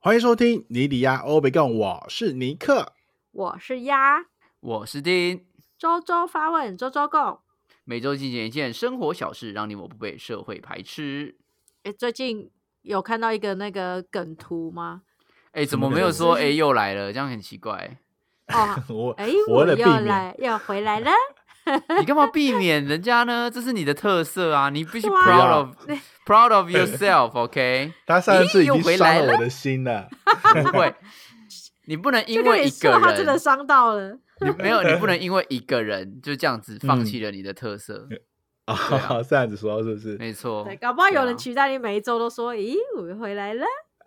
欢迎收听尼里亚欧北共，我是尼克。我是鸭，我是丁，周周发问，周周共。每周进行一件生活小事，让你我不被社会排斥。哎，最近有看到一个那个梗图吗？哎，怎么没有说哎又来了？这样很奇怪。哦， 我哎，我我为了避又免来，又回来了。你干嘛避免人家呢？这是你的特色啊！你必须对啊 proud of proud of yourself，OK？、他上一次已咦经又回伤来了了我的心了，不会，你不能就因跟为你一说，个他真的人，伤到了。你没有，你不能因为一个人就这样子放弃了你的特色。 啊，这样子说是不是？没错，对，搞不好有对人啊期待你每一周都说，咦，我又回 来了。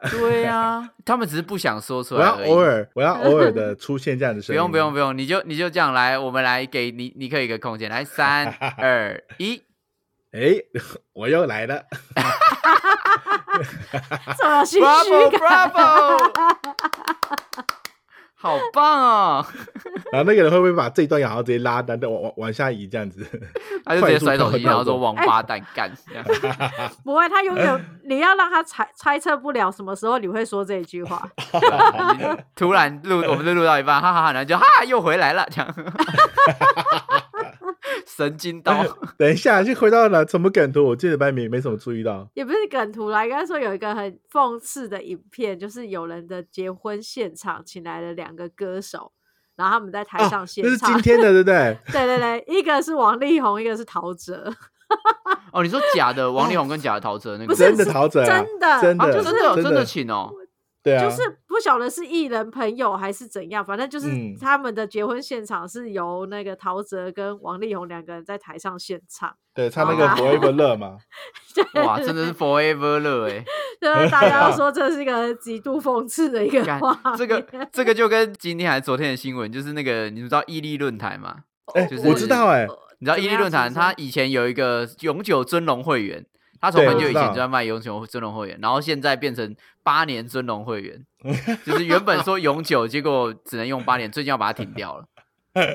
对啊，他们只是不想说出我来要而已。偶尔，我要偶尔的出现这样的声不音。用不用不用，你就你就这样来，我们来给你你可以一个空间，来 三二一，哎， 我又来了，怎么心 Bravo 虚感？ Bravo！好棒哦！然后那个人会不会把这一段然后直接拉单，往往往下移这样子？他就直接摔手快机，速跳然后动说“王八 蛋干”这样。不会，他永远 你要让他猜猜测不了什么时候你会说这一句 话。 你突然录，我们就录到一半，哈哈哈，然后就哈又回来了，这样。 神经刀， 等一下，就回到了什么梗图？我记得班没没什么注意到。也不是梗图啦，应该说有一个很讽刺的影片，就是有人的结婚现场请来了两个歌手，然后他们在哦台上现这啊是唱。今天的，对不对？对对对，一个是王力宏，一个是陶喆，哦，你说假的王力宏跟假的陶喆那个，不是哦真的陶喆啊，真的真啊，的，就真的有真真的的，请哦，对啊， 就是不晓得是艺人朋友还是怎样，反正就是嗯他们的结婚现场是由那个陶喆跟王力宏两个人在台上现唱，对唱那个啊 Forever Love 嘛，哇，真的是 forever 了哎。对吧？大家都说这是一个极度讽刺的一 个干话，这个这个就跟今天还是昨天的新闻，就是那个你们知道伊利论坛吗？哎就，我知道哎，你知道怎伊么利样论坛怎么它说以前有一个永久尊龙会员，它从对很我久以知道前就在卖永久尊龙会员，然后现在变成八年尊龙会 员，就是原本说永久，结果只能用八年，最近要把它停掉了。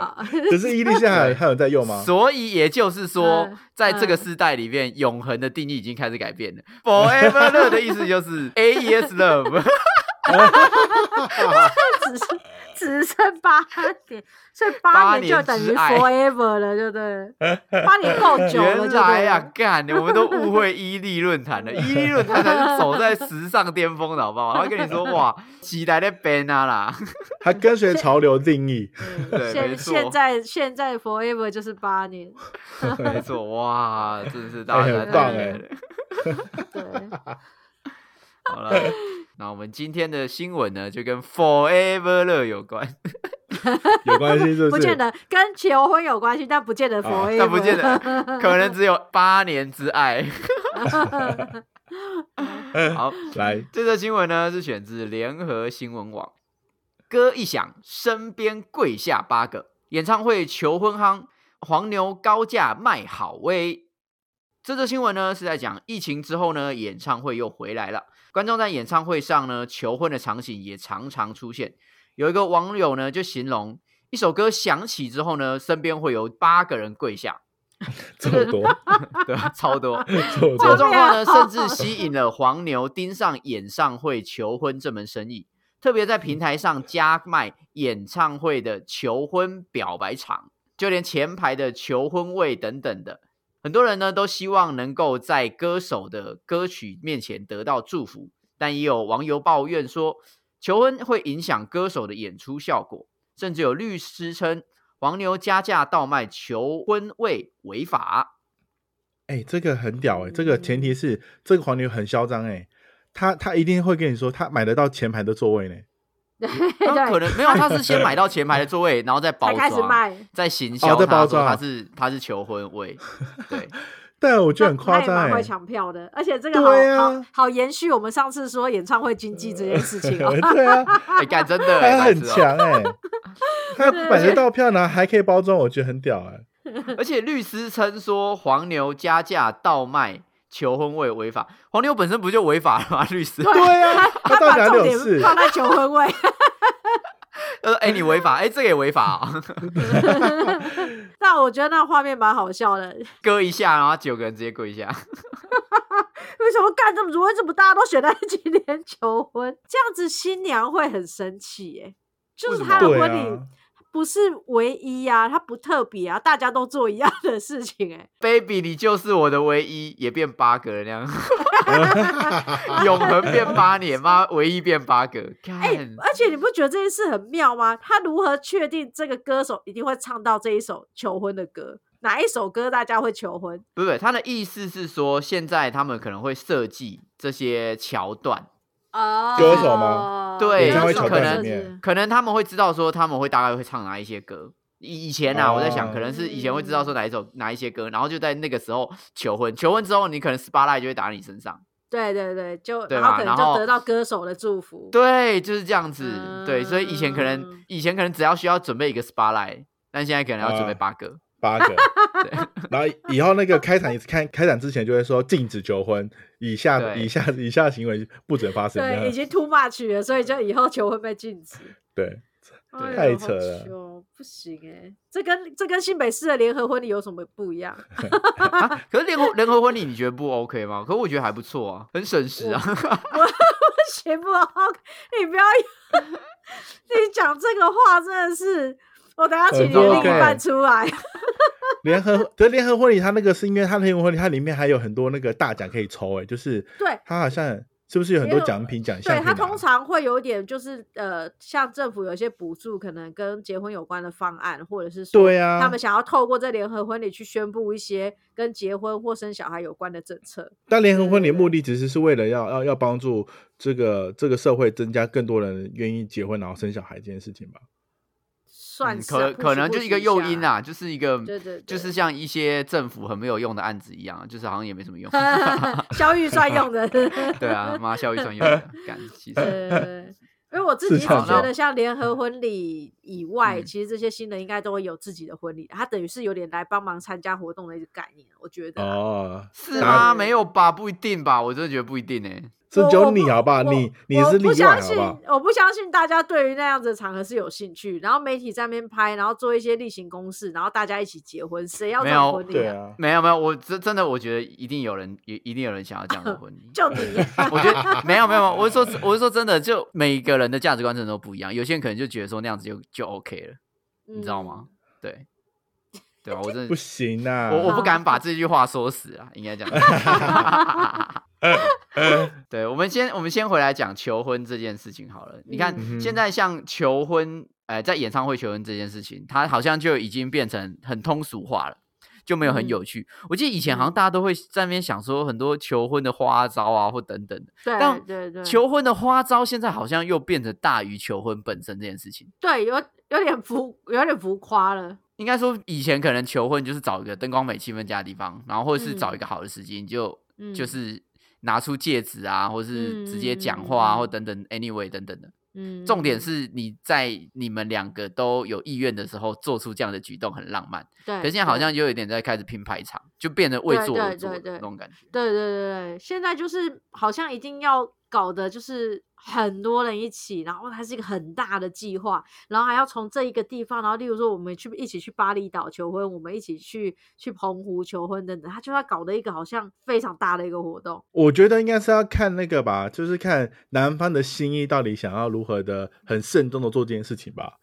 啊， 可是伊丽现在还有还有在用吗？所以也就是说嗯，在这个嗯时代里面，永恒的定义已经开始改变了。Forever love 的意思就是 A E S love。只剩只剩八年，所以八八年年就等于之爱 forever 了，对不对？八年 够 久了，原就对来啊，了。干，我们都误会伊利论坛了。伊利论坛才是走在时尚巅峰的，好不好？他跟你说，哇，起来的 ban 啊啦， 它跟随潮流定义， 对没嗯现错现在现在 forever 就是八年，没错，哇，真的是大家 哎都很在棒对对，好了，那我们今天的新闻呢，就跟 Forever 乐有关，有关系是不不见是？得跟求婚有关系，但不见得 forever，啊但不 见得，可能只有八年之爱。 好，来，这则新闻呢是选自联合新闻网，歌一响，身边跪下八个，演唱会求婚夯，黄牛高价卖好威。这则新闻呢是在讲疫情之后呢，演唱会又回来了，观众在演唱会上呢求婚的场景也常常出现。有一个网友呢就形容，一首歌响起之后呢，身边会有八个人跪下， 这么多，对吧，超多。这么这个多，状况呢，甚至吸引了黄牛盯上演唱会求婚这门生意，特别在平台上加卖演唱会的求婚表白场，就连前排的求婚位等等的，很多人呢都希望能够在歌手的歌曲面前得到祝福，但也有网友抱怨说，求婚会影响歌手的演出效果，甚至有律师称黄牛加价倒卖求婚位违法。哎，这个很屌哎，这个前提是这个黄牛很嚣张哎，他他一定会跟你说他买得到前排的座位呢，他 对可能啊没有，他是先买到前排的座位，然后再包才开始装，卖，再行哦销再他包说装他是他是求婚位， 对，但我觉得很夸那张那也蛮哎 会，抢票的，而且这个好对啊好好延续我们上次说演唱会经济这件事情哦。对啊，哎，干真的欸，他很白痴哦强哎， 他买得到票呢，还可以包装，我觉得很屌 哎，而且律师称说黄牛加价倒卖求婚位违法，黄牛本身不就违法了吗？ 律师，对啊，他到把底哪重里有点事？放在求婚位， 他说哎你违法，哎这个也违法 啊，但我觉得那画面蛮好笑的，割一下，然后九个人直接跪一下，为什么干这么怎么会这么大家都选在今年求婚？这样子新娘会很生气耶、就是为什她的对婚礼啊，不是唯一啊，它不特别啊，大家都做一样的事情哎、 ，baby，你就是我的唯一，也变八个了那样，永恒变八年，妈唯一变八个，看，哎、而且你不觉得这件事很妙吗？他如何确定这个歌手一定会唱到这一首求婚的歌？哪一首歌大家会求婚？不是他的意思是说，现在他们可能会设计这些桥段，哦歌手吗对他会就桥可段能里面，可能他们会知道说他们会大概会唱哪一些歌。以以前啊，我在想，哦可能是以前会知道说哪一首哪一些歌，然后就在那个时候求婚，求婚之后，你可能 spotlight 就会打在你身上。对对对，就对然后吧可能然就后得到歌手的祝福。对，就是这样子。对，所以以前可能嗯以前可能只要需要准备一个 spotlight，但现在可能要准备啊八个。 八个。然后以后那个开场一次看开场之前就会说禁止求婚，以下对以下以下行为不准发生。这对，已样经 too much 了，所以就以后求婚被禁止。对，哎太呦扯了，好糗不行哎、这跟这跟新北市的联合婚礼有什么不一样？啊，可是联合联合婚礼你觉得不 OK 吗？可我觉得还不错啊，很省时啊。不 行不 OK，你不要， 你讲这个话真的是，我呃等下请你的很另一 OK 半出来。联 合对联合婚礼，它那个是因为它联合婚礼它里面还有很多那个大奖可以抽、欸，哎，就是对它好像是不是有很多联合奖品奖项可对以他拿？通常会有点就是呃，像政府有一些补助，可能跟结婚有关的方案，或者是说对啊他们想要透过这联合婚礼去宣布一些跟结婚或生小孩有关的政策。但联合婚礼目的其实是为了要要要帮助这个这个社会增加更多人愿意结婚然后生小孩这件事情吧。算嗯是啊、可可能 push 就是 push 一个诱因下，啊，就是一个对对，就是对像一些政府很没有用的案子一样，啊就是好像也没什么用。 消预算用的。 对啊，妈效益算用的，干气死。呃，因为我自市己一直场嗯觉上得，像联合婚礼以外，嗯其实这些新人应该都会有自己的婚礼，他等于是有点来帮忙参加活动的一个概念，我觉得啊。哦，是当吗？然没有吧？不一定吧？我真的觉得不一定哎、这我只有我你好不好？我你你我是例不外相好信不好？，我不相信大家对于那样子的场合是有兴趣，然后媒体在那边拍，然后做一些例行公事，然后大家一起结婚，谁要这没种有婚礼对啊？。啊，没有没有，我真真的我觉得一定有人，一一定有人想要这样的婚礼 就你，我觉得没有没有，我是说我是说真的，就每个人的价值观真的都不一样。有些人可能就觉得说那样子就就 OK 了， 你嗯知道吗？对，对啊，我真不的，行啊！我我不好敢 把这句话说死啊，应该讲。对，我们先我们先回来讲求婚这件事情好了。你看、嗯现在像求婚，呃，在演唱会求婚这件事情，它好像就已经变成很通俗化了。就没有嗯很有趣。我记得以前好像大家都会在那边想说很多求婚的花招啊，或等等的。嗯？但对对对，求婚的花招现在好像又变得大于求婚本身这件事情。对有有点浮，有点浮夸了。应该说，以前可能求婚就是找一个灯光美、气氛佳的地方，然后或者是嗯找一个好的时机，你就、嗯就是拿出戒指啊，或是直接讲话嗯啊，嗯嗯嗯或等等，anyway 等等的。嗯，重点嗯是你在你们两个都有意愿的时候做出这样的举动，很浪漫。对，可是现在好对像又有点在开始拼排场，就变得为对做对而做对的对那种感觉。对对对对，现在就是好像一定要搞的就是很多人一起，然后它是一个很大的计划，然后还要从这一个地方，然后例如说我们去一起去巴厘岛求婚，我们一起去去澎湖求婚等等，他就要搞的一个好像非常大的一个活动。我觉得应该是要看那个吧，就是看男方的心意到底想要如何的很慎重的做这件事情吧。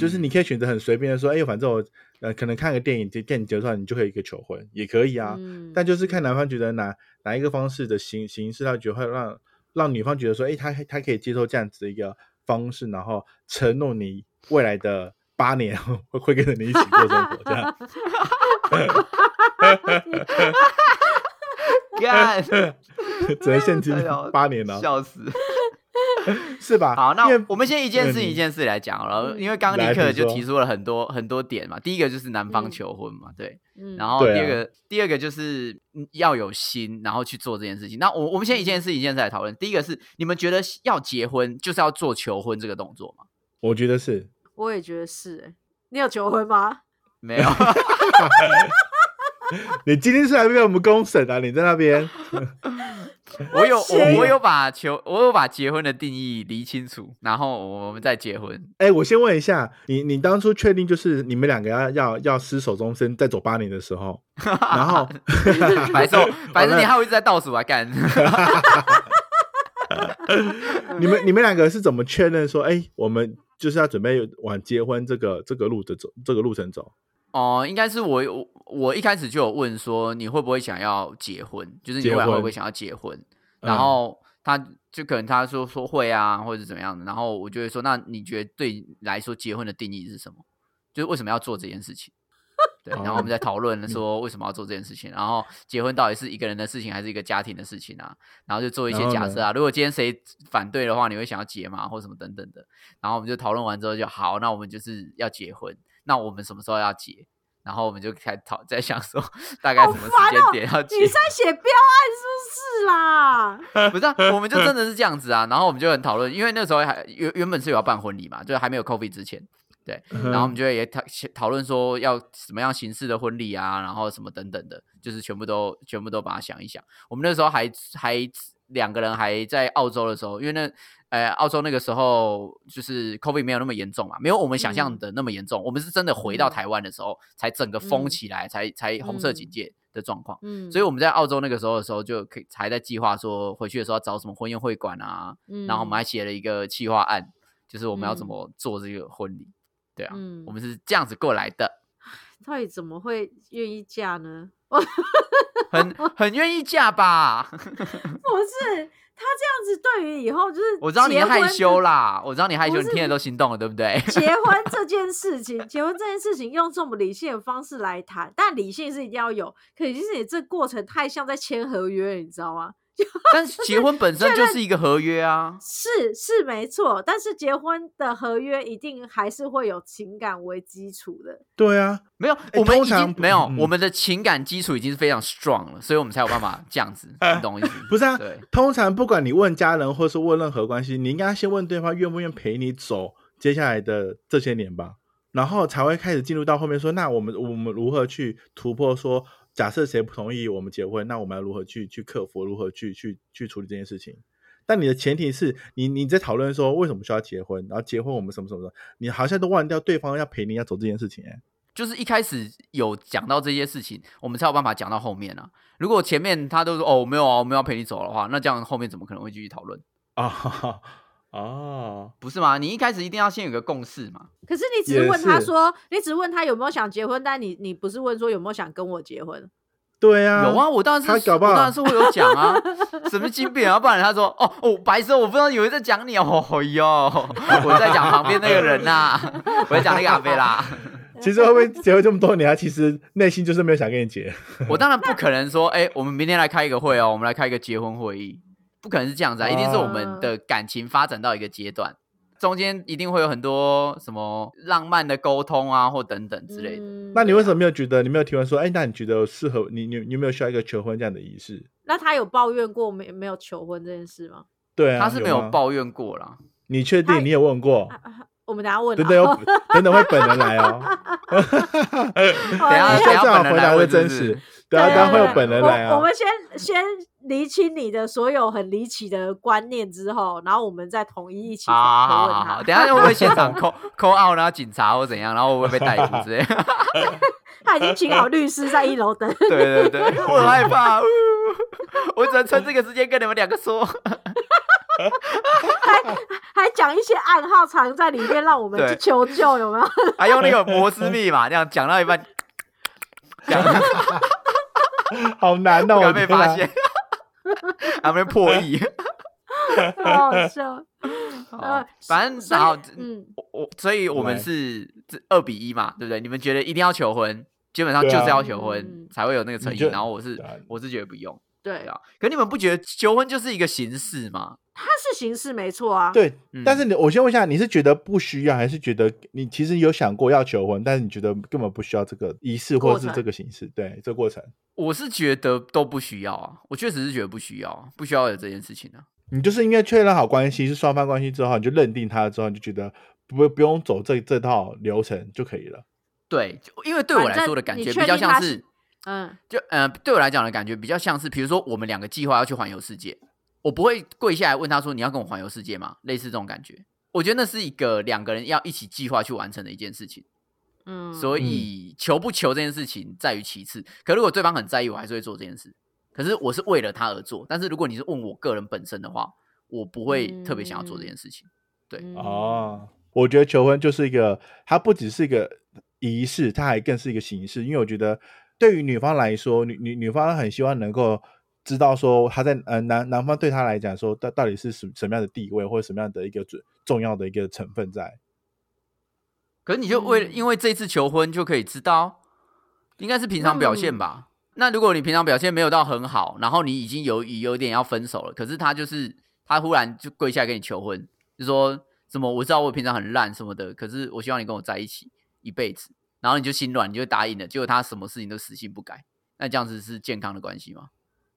就是嗯 你可以选择很随便的说，哎、反正我呃可能看个电影，电电影结束完你就可以一个求婚，也可以啊。嗯，但就是看男方觉得哪哪一个方式的形形式，他觉得会让让女方觉得说，哎、他他可以接受这样子的一个方式，然后承诺你未来的八年会会跟着你一起过生活，这样 干，只能现金哎呦八年了，笑 死！是吧？好，那因为我们先一件对事你一件事来讲好了，嗯因为刚刚来尼克请就说提出了很多很多点嘛。第一个就是男方嗯求婚嘛，对。嗯，然后第对啊二个，第二个就是嗯要有心，然后去做这件事情。那我我们先一件事一件事来讨论。第一个是你们觉得要结婚就是要做求婚这个动作吗？我觉得是。我也觉得是、欸，你有求婚 吗？没 有，你今天是来被我们公审啊？你在那边我有谁我我有把求我有把结婚的定义理清楚，然后我们再结 婚。哎、我先问一下，你你当初确定就是你们两个要要要厮守终身，再走八年的时 候，然后白说，反正你还会一直在倒数啊， 干。你们你们两个是怎么确认说，哎、我们就是要准备往结婚这个这个路的走这个路程走？哦，应该是我我我一开始就有问说你会不会想要结婚，就是你结未来会婚不会想要结婚？嗯然后他就可能他说说会啊，或者怎么样的，然后我就会说，那你觉得对你来说结婚的定义是什么？就是为什么要做这件事情？对，然后我们在讨论说为什么要做这件事情，然后结婚到底是一个人的事情还是一个家庭的事情啊？然后就做一些然后假呢设啊，如果今天谁反对的话，你会想要结吗，或什么等等的。然后我们就讨论完之后就好，那我们就是要结婚，那我们什么时候要结？然后我们就开始讨在想说 大概好什么烦时间哦点要结你，是在写标案是不是啦？不是、啊，我们就真的是这样子啊。然后我们就很讨论，因为那时候还原原本是有要办婚礼嘛，就是还没有 COVID 之前，嗯然然后我们就也讨讨论说要什么样形式的婚礼啊，然后什么等等的，就是全部都全部都把它想一想。我们那时候还还两个人还在澳洲的时候，因为那呃澳洲那个时候就是 COVID 没有那么严重嘛，没有我们想象嗯的那么严重。我们是真的回到嗯台湾的时候，才整个封嗯起来，才才红色警嗯戒的状况。嗯， 所以我们在澳洲那个时候的时候，就可以还在计划说回去的时候要找什么婚宴会馆啊，嗯，然后我们还写了一个企划案，就是我们要怎嗯么做这个婚礼。对啊，嗯我们是这样子过来的，到嗯底怎么会愿意嫁呢？很很愿意嫁吧？ 不是他这样子，对于以后就是我知道你结害婚羞这。啦，我知道你害羞，不你是听了都心动了，对不对？结婚这件事情，结婚这件事情用这么理性的方式来谈，但理性是一定要有。可是你这过程太像在签合约，你知道吗？ 但是结婚 本身就是一个合约啊，是是没错，但是结婚的合约一定还是会有情感为基础的。对啊，没有，我们已通常经不没有，嗯我们的情感基础已经是非常 strong 了，所以我们才有办法这样子，你懂我意思？ 不是啊对，通常不管你问家人或是问任何关系，你应该先问对方愿不愿意陪你走接下来的这些年吧，然后才会开始进入到后面说，那我们我们如何去突破说？假设谁不同意我们结婚，那我们要如何去去克服，如何去去去处理这件事情？但你的前提是你你在讨论说为什么需要结婚，然后结婚我们什么什么什么，你好像都忘掉对方要陪你要走这件事情、欸。就是一开始有讲到这些事情，我们才有办法讲到后面啊。如果前面他都说哦没有啊，我们要陪你走的话，那这样后面怎么可能会继续讨论？哦哦，不是吗？你一开始一定要先有个共识嘛。可是你只是也问他是说，你只问他有没有想结婚，但你你不是问说有没有想跟我结婚？对啊，有啊，，我当然是，他搞不我好当然是会有讲啊，什么金饼啊，不然他说哦哦，白色，我不知道以为在讲你哦，哦哟，我在讲旁边那个人呐、我在讲那个阿贝啦，其呃实会不会结婚这么多年，他其实内心就是没有想跟你结。我当然不可能说，哎、我们明天来开一个会哦，我们来开一个结婚会议，不可能是这样子啊，一定是我们的感情发展到一个阶段，中间一定会有很多什么浪漫的沟通啊，或等等之类的。嗯那你为什么啊没有觉得？你没有提问说，哎，那你觉得适合你？你你有没有需要一个求婚这样的仪式？那他有抱怨过没没有求婚这件事吗？对啊，他是没吗有。啊抱怨过啦，你确定？你有问过？我们等下问啊。等等有，等等会本人来 哦。好哦等一下来现等在一下最好本人回来答问的是不真是实，对啊，对当然会对有本人来我我啊。们先先厘清你的所有很离奇的观念之后，然后我们再统一一起好访啊好问好他好，。等一下会不会现场扣扣 out，然后警察或怎样，然后我会不会被逮捕之类的？他已经请好律师在一楼等。 对对对，我很害怕，呜我只能趁这个时间跟你们两个说。还讲一些暗号藏在里面，让我们对去求救，有没 有？还用那个摩斯密码，这样讲到一半，这样好难哦，不我敢被天啊发现， 还没破译。好好笑。 好呃，反正所以然后嗯，我我，所以我们来是这二比一嘛，对不对？你们觉得一定要求婚，基本上就对啊是要求婚嗯才会有那个诚意。你就然后我是对啊我是觉得不用，对对，啊。可你们不觉得求婚就是一个形式吗？他是形式没错啊。，对嗯，但是你，我先问一下，你是觉得不需要，还是觉得你其实有想过要求婚，但是你觉得根本不需要这个仪式或过是程这个形式？对，这个过程，我是觉得都不需要啊，我确实是觉得不需要啊，不需要有这件事情啊。你就是因为确认好关系是双方关系之后，你就认定他了之后，你就觉得不不用走这这套流程就可以了。对，因为对我反来正说的感你觉确比较定他像是是，嗯就呃，对我来讲的感觉比较像是，比如说我们两个计划要去环游世界，我不会跪下来问他说你要跟我环游世界吗？类似这种感觉，我觉得那是一个两个人要一起计划去完成的一件事情，嗯，所以求不求这件事情在于其次。可如果对方很在意，我还是会做这件事。可是我是为了他而做，但是如果你是问我个人本身的话，我不会特别想要做这件事情。嗯哦，我觉得求婚就是一个，它不只是一个仪式，它还更是一个形式。因为我觉得对于女方来说，女女女方很希望能够知道说，她在呃男男方对她来讲说，到到底是什什么样的地位，或者什么样的一个重重要的一个成分在。可是你就为了、嗯因为这次求婚就可以知道，应该是平常表现吧？那如果你平常表现没有到很好，然后你已经有有点要分手了，可是他就是他忽然就跪下来跟你求婚，就说什么我知道我平常很烂什么的，可是我希望你跟我在一起一辈子，然后你就心软，你就答应了，结果他什么事情都死性不改，那这样子是健康的关系吗？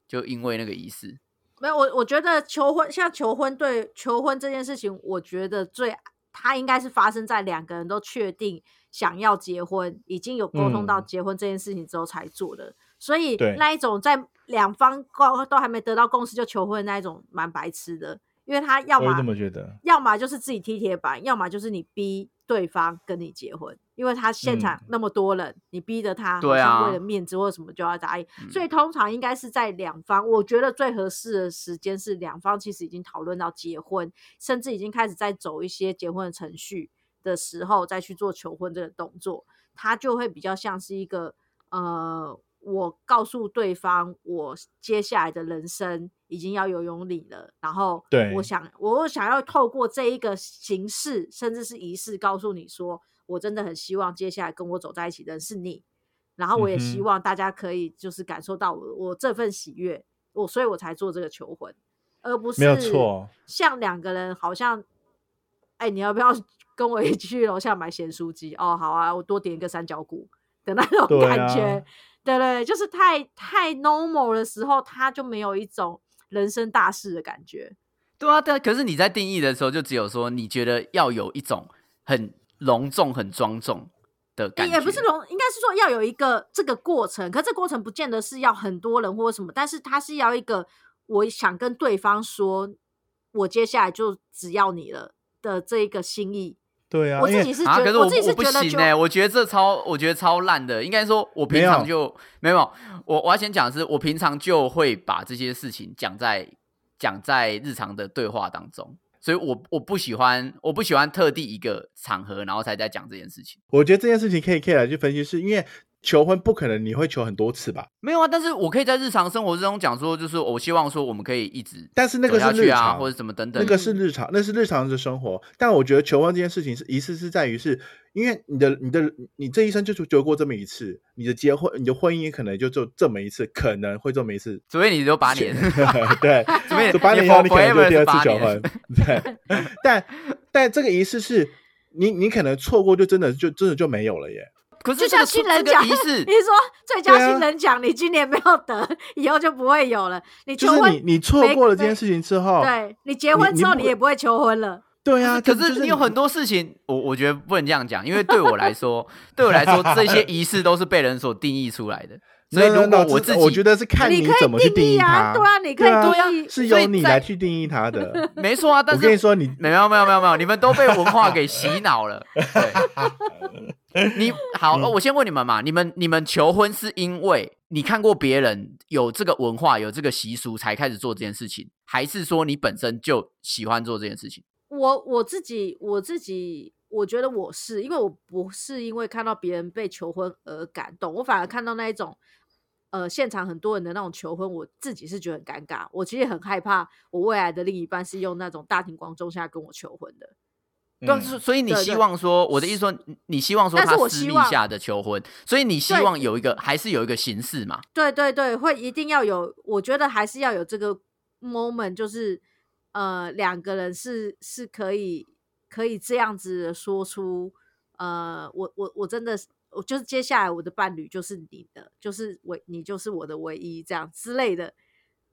就因为那个仪式，没有我，我觉得求婚像求婚对求婚这件事情，我觉得最它应该是发生在两个人都确定想要结婚，已经有沟通到嗯结婚这件事情之后才做的。所以对那一种在两方都都还没得到共识就求婚的那一种，蛮白痴的，因为他要我也这么么觉得。要么就是自己踢铁板，要么就是你逼对方跟你结婚，因为他现场那么多人，你逼得他，嗯对好像啊为了面子或者什么就要答应，嗯所以通常应该是在两方，我觉得最合适的时间是两方其实已经讨论到结婚，甚至已经开始在走一些结婚的程序的时候，再去做求婚这个动作，它就会比较像是一个呃，我告诉对方我接下来的人生已经要有勇理了，然后对我想我想要透过这一个形式，甚至是仪式，告诉你说，我真的很希望接下来跟我走在一起的人是你，然后我也嗯希哼望大家可以就是感受到我我这份喜悦，我所以我才做这个求婚，而不是没有错，像两个人好像，哎、你要不 要跟我一起去楼下买咸酥鸡？哦，好啊，我多点一个三角骨的那种对感啊觉。对对，就是太太 normal 的时候，他就没有一种人生大事的感觉。对啊，但可是你在定义的时候，就只有说你觉得要有一种很隆重、很庄重的感觉，哎也不是容，应该是说要有一个这个过程，可这过程不见得是要很多人或什么，但是它是要一个我想跟对方说，我接下来就只要你了的这一个心意。对啊，我因自为己是啊，觉可得，是我自己不我是不觉得行就哎、我觉得这超我觉得超烂的。应该说，我平常没就没有我我要先讲的是，我平常就会把这些事情讲在讲在日常的对话当中，所以我我不喜欢我不喜欢特地一个场合，然后才在讲这件事情。我觉得这件事情可以可以来去分析，是因为求婚不可能你会求很多次吧？没有啊，但是我可以在日常生活之中讲说，就是我希望说我们可以一直但是那个走下是去日啊，常，或者什么等等那的。个是日常，那是日常的生活。但我觉得求婚这件事情是一次是在于是，因为你的你的你这一生就求过这么一次，你的结婚你的婚姻可能就就这么一次，可能会这么一 。次 除非你都把脸，对，除非就八年以后你可能就第二次求。 forever 是婚， 对。但但这个仪式是你你可能错过就真的就真的就没有了耶。 可是就这像个新出人这奖，个仪 式你，说最佳对啊新人奖，你今年没有得，以后就不会有了。你就求是婚，你你错没过了这没件事情之后，对你结婚你之你后，不你也不会求婚了。对啊。可这就是你有很多事情，我我觉得不能这样讲，因为对我来说，对我来说这些仪式都是被人所定义出来 的。所以 No, no, 如果 no，这自己，我觉得是看你可怎么以去定义它，啊，对啊，你可以对啊定义。是所以由你在。来去定义它的没错 啊，但我是跟你说，你没有没有没有没有，你们都被文化给洗脑了。对，你好，嗯哦我先问你们嘛，你们你们求婚是因为你看过别人有这个文化有这个习俗才开始做这件事情，还是说你本身就喜欢做这件事情？我我自己我自己，我觉得我是因为我不是因为看到别人被求婚而感动，我反而看到那一种呃现场很多人的那种求婚，我自己是觉得很尴尬。我其实很害怕，我未来的另一半是用那种大庭广众下跟我求婚的。嗯对啊，所所以你对希对望说，我的意思说，你你希望说但是他我私希密望下的求婚，所以你希对望有一个还是有一个形式嘛？对对对，会一定要有，我觉得还是要有这个 moment，就是呃，两个人是是可以可以这样子地说出，呃，我我我真的是，我就是接下来我的伴侣就是你的，就是唯你就是我的唯一这样之类的。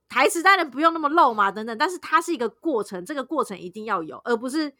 台词当然不用那么露嘛，等等，但是它是一个过程，这个过程一定要有，而不是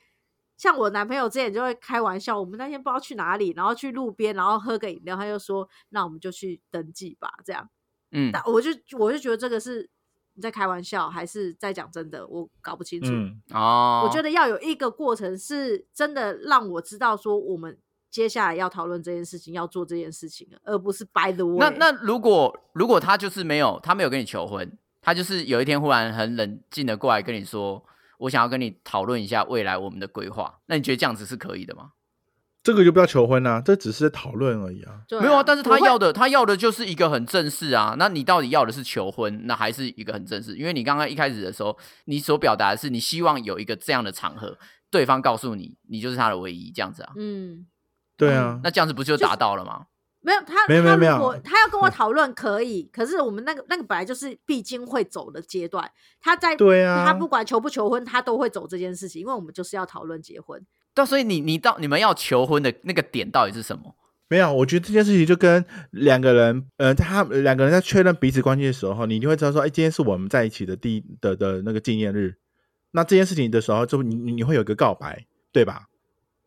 像我男朋友之前就会开玩笑，我们那天不知道去哪里，然后去路边，然后喝个饮料，他就说：“那我们就去登记吧。”这样，嗯但我就我就觉得这个是你在开玩笑还是在讲真的，我搞不清楚。嗯，哦，我觉得要有一个过程，是真的让我知道说我们接下来要讨论这件事情，要做这件事情了，而不是 by the way。那那如果如果他就是没有他没有跟你求婚，他就是有一天忽然很冷静的过来跟你说，我想要跟你讨论一下未来我们的规划，那你觉得这样子是可以的吗？这个就不要求婚啦、啊这只是在讨论而已啊。对没有啊，但是他不会要的他要的就是一个很正式啊，那你到底要的是求婚，那还是一个很正式？因为你刚刚一开始的时候，你所表达的是你希望有一个这样的场合，对方告诉你你就是他的唯一这样子啊，嗯，对啊，那这样子不就达到了吗？没有他，没有没有嗯他没如有果他要跟我讨论可以，可是我们那个那个本来就是必经会走的阶段，他在对啊他不管求不求婚，他都会走这件事情，因为我们就是要讨论结婚。对啊，所以你你到你们要求婚的那个点到底是什么？没有，我觉得这件事情就跟两个人，呃，在他们两个人在确认彼此关系的时候，你一定会知道说，哎，今天是我们在一起的第一的的那个纪念日。那这件事情的时候，就你你你会有一个告白，对吧？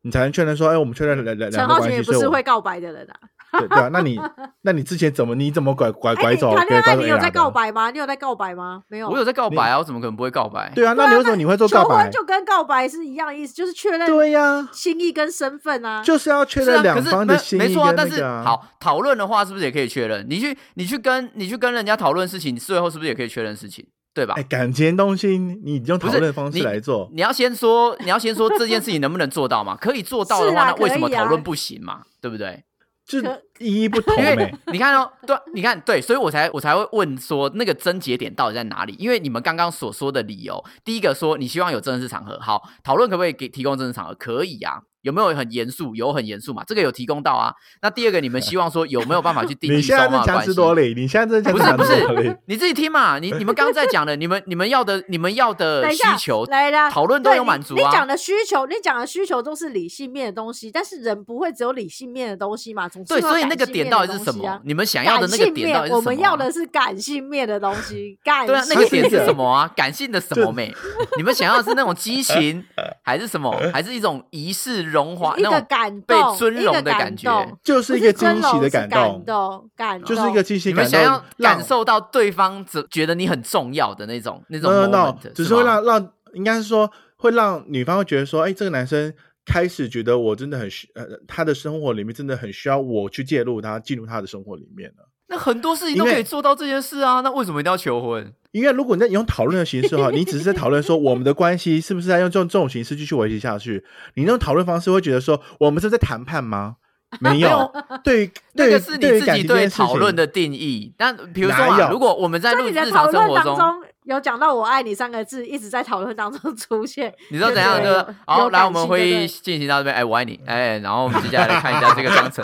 你才能确认说，哎，我们确认两两陈两个浩群关也系，不所以是我会们告白的人啊。对对啊。那 你那你之前怎么你怎么拐拐拐哎，你走？谈恋拐爱走你有 A 在 R 的告？白吗？你有在告白吗？没有，我有在告白啊，我怎么可能不会告白？对啊，那你为什么你会做告求白婚？就跟告白是一样的意思，就是确认对呀、心意跟身份啊。就是要确是啊，认可两是方没的心意没跟错啊，那但是个啊好讨论的话，是不是也可以确认？你去你去跟你去跟人家讨论事情，最后是不是也可以确认事情？对吧？哎，感情东西你用不讨是论方式你来做，你要先说，你要先说这件事情能不能做到嘛？可以做到的是话，啊那为什么可以啊讨论不行嘛？对不 对？就可意义不同哎因呗、为你看哦，对，你看对，所以我才我才会问说那个症结点到底在哪里？因为你们刚刚所说的理由，第一个说你希望有正式场合，好，讨论可不可以给提供正式场合？可以啊。有没有很严肃？有很严肃嘛？这个有提供到啊。那第二个，你们希望说有没有办法去定你义现双在方的是强关词系？夺理，你现在在不强是词不夺理是，，你自己听嘛。你你们刚刚在讲的，你们你们要的你们要的等一需下求来啦，讨论都对有你满足你啊讲的需求，你讲的需求都是理性面的东西，但是人不会只有理性面的东西嘛，总是对，会有所以那感个性点面的到底是东什西么？啊你们想要感的那个性点到底面，是什么啊？我们要的是感性面的东西，感对啊，那个性点是面什么啊？感性的什么美？你们想要的是那种激情， 还是什么？还是一种仪式荣华一那个种？感被动，尊一荣个的感感觉动就是一不个是惊尊荣喜是的感动，动，感就是一动个惊喜你们感动，想要感让受到对方只觉得你很重要的那种那种 no no moment， no，只是会吗让让，应该是说会让女方会觉得说，哎，这个男生开始觉得我真的很需，呃，他的生活里面真的很需要我去介入他，进入他的生活里面了。那很多事情都因为可以做到这件事啊，那为什么一定要求婚？因为如果你在用讨论的形式的 话，你只是在讨论说我们的关系是不是在用这种这种形式继续维持下去，你那种讨论方式会觉得说我们是在谈 判吗？没有，对于那对个于是你对于自感己情这对件事讨论情，的定义。但比如说哪啊，有如果我们在在录你日的常讨生论活当中有讲到“我爱你”三个字，一直在讨论当中出现，你知道怎样？对就有是好，有来感我们性会对议不进行到这边，哎，我爱你，哎，然后我们接下来看一下这个章 程。